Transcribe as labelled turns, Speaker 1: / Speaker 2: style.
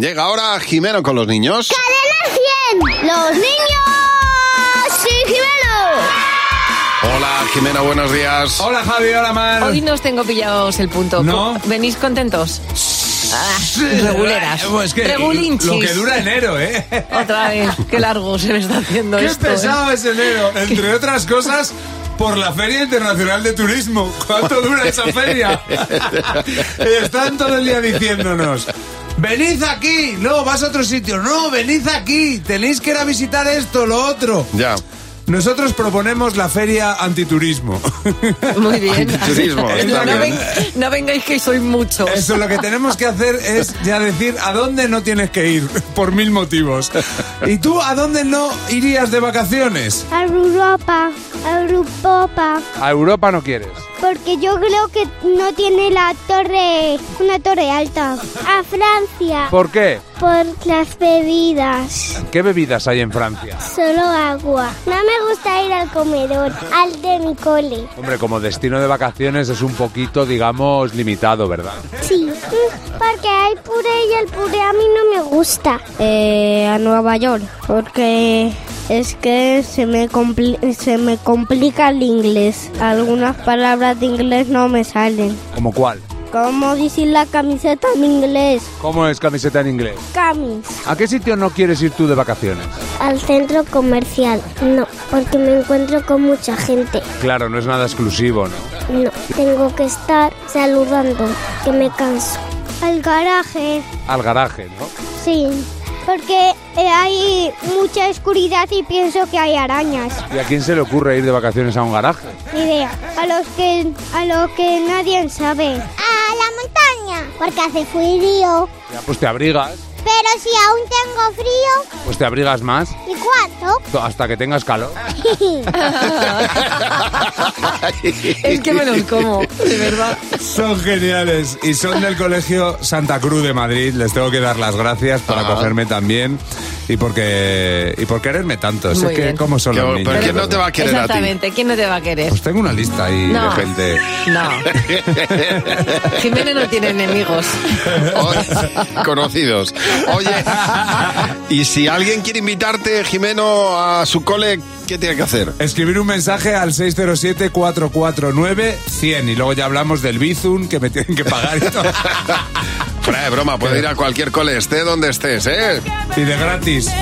Speaker 1: Llega ahora Jimeno con los niños.
Speaker 2: ¡Cadena 100! ¡Los niños! ¡Sí, Jimeno!
Speaker 1: Hola Jimeno, buenos días.
Speaker 3: Hola Javi, hola Mar.
Speaker 4: Hoy no os tengo pillados el punto.
Speaker 3: ¿No?
Speaker 4: ¿Venís contentos? Ah, reguleras.
Speaker 3: Eh, pues que
Speaker 4: Regulinchis.
Speaker 3: Lo que dura enero, ¿eh?
Speaker 4: Otra vez. Qué largo se me está haciendo
Speaker 3: Qué
Speaker 4: esto. ¿eh?
Speaker 3: pesado es enero. Entre otras cosas, por la Feria Internacional de Turismo. ¿Cuánto dura esa feria? Y Están todo el día diciéndonos. Venid aquí, no, vas a otro sitio, no, venid aquí, tenéis que ir a visitar esto, lo otro.
Speaker 1: Ya.
Speaker 3: Nosotros proponemos la feria antiturismo.
Speaker 4: Muy bien.
Speaker 1: Antiturismo, está
Speaker 4: no, no
Speaker 1: bien.
Speaker 4: ven- no vengáis que soy muchos.
Speaker 3: Eso lo que tenemos que hacer es ya decir a dónde no tienes que ir, por mil motivos. ¿Y tú a dónde no irías de vacaciones?
Speaker 2: A Europa, a Europa,
Speaker 3: A Europa no quieres.
Speaker 2: porque yo creo que no tiene la torre, una torre alta. A Francia,
Speaker 3: ¿Por qué?
Speaker 2: por las bebidas,
Speaker 3: ¿Qué bebidas hay en Francia?
Speaker 2: solo agua. No me gusta ir al comedor, al de mi cole.
Speaker 3: Hombre, como destino de vacaciones es un poquito, digamos, limitado, ¿verdad?
Speaker 2: Sí, mm, porque hay puré y el puré a mí no me gusta.
Speaker 5: eh, a Nueva York porque es que se me compli- se me complica el inglés. Algunas palabras de inglés no me salen.
Speaker 3: ¿Como cuál?
Speaker 5: ¿Cómo decir la camiseta en inglés?
Speaker 3: ¿Cómo es camiseta en inglés?
Speaker 5: Camis.
Speaker 3: ¿A qué sitio no quieres ir tú de vacaciones?
Speaker 2: Al centro comercial, no, porque me encuentro con mucha gente.
Speaker 3: Claro, no es nada exclusivo, ¿no?
Speaker 2: No, tengo que estar saludando, que me canso. Al garaje,
Speaker 3: Al garaje, ¿no?
Speaker 2: sí, porque hay mucha oscuridad y pienso que hay arañas.
Speaker 3: ¿Y a quién se le ocurre ir de vacaciones a un garaje?
Speaker 2: Idea, a los que a lo que nadie sabe. A la montaña, porque hace frío.
Speaker 3: Ya, pues te abrigas,
Speaker 2: Pero si aún tengo frío,
Speaker 3: pues te abrigas más
Speaker 2: ¿y cuánto?
Speaker 3: hasta que tengas calor.
Speaker 4: Es que me los como, de verdad.
Speaker 3: Son geniales y son del Colegio Santa Cruz de Madrid. Les tengo que dar las gracias por
Speaker 1: Ajá.
Speaker 3: acogerme también y porque y por quererme tanto. Si
Speaker 4: Muy
Speaker 3: es que
Speaker 4: bien.
Speaker 3: cómo son
Speaker 1: Qué
Speaker 3: los
Speaker 1: bueno,
Speaker 3: niños.
Speaker 1: pero ¿quién
Speaker 3: de
Speaker 1: no te
Speaker 3: verdad.
Speaker 1: va a querer a ti?
Speaker 4: Exactamente. ¿Quién no te va a querer?
Speaker 3: Pues tengo una lista ahí
Speaker 4: No.
Speaker 3: de gente.
Speaker 4: No. Jiménez no tiene enemigos.
Speaker 1: Oye, conocidos. Oye, y si alguien quiere invitarte, Jimeno, a su cole, ¿qué tiene que hacer?
Speaker 3: Escribir un mensaje al 607-449-100 y luego ya hablamos del Bizum que me tienen que pagar y todo.
Speaker 1: Fuera de broma, puede ir a cualquier cole, esté donde estés, ¿eh?
Speaker 3: y de gratis.